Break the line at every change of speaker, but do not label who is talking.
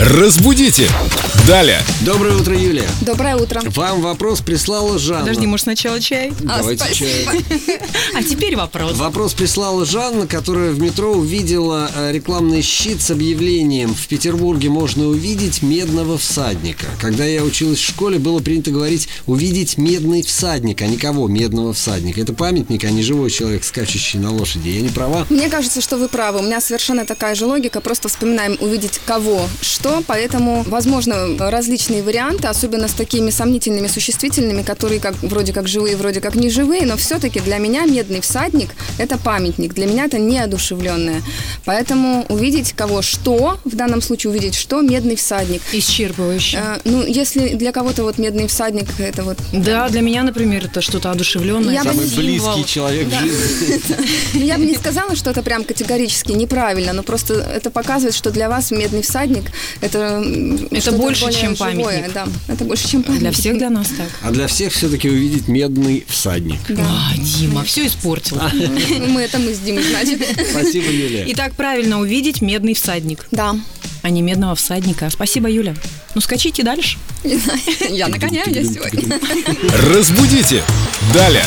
Разбудите! Далее!
Доброе утро, Юлия.
Доброе утро.
Вам вопрос прислала Жанна.
Подожди, может сначала чай?
Давайте
А,
чай.
А теперь вопрос.
Вопрос прислала Жанна, которая в метро увидела э, рекламный щит с объявлением «В Петербурге можно увидеть медного всадника». Когда я училась в школе, было принято говорить «увидеть медный всадник», а никого медного всадника. Это памятник, а не живой человек, скачущий на лошади. Я не права?
Мне кажется, что вы правы. У меня совершенно такая же логика. Просто вспоминаем увидеть кого, что. Поэтому, возможно, различные варианты, особенно с такими сомнительными существительными, которые как, вроде как живые, вроде как не живые, но все-таки для меня медный всадник – это памятник. Для меня это неодушевленное. Поэтому увидеть кого, что, в данном случае увидеть что, медный всадник.
Исчерпывающе.
Э, ну, если для кого-то вот медный всадник – это вот
Да, для меня, например, это что-то одушевленное.
Я бы
Самый
Самый
символ.
близкий человек в жизни.
Ну, Я бы не сказала, что это прям категорически неправильно, но просто это показывает, что для вас медный всадник это м,
Это
что-то
больше,
более
чем
живое,
памятник.
Да, это больше, чем памятник.
Для всех для нас так.
А для всех все-таки увидеть медный всадник.
Да.
А, Дима, все испортил.
Мы это мы с Димой, значит.
Спасибо, Юлия.
Итак, правильно увидеть медный всадник,
Да.
а не медного всадника. Спасибо, Юля. Ну, скачите дальше.
Я на коне, я сегодня.
Разбудите! Далее!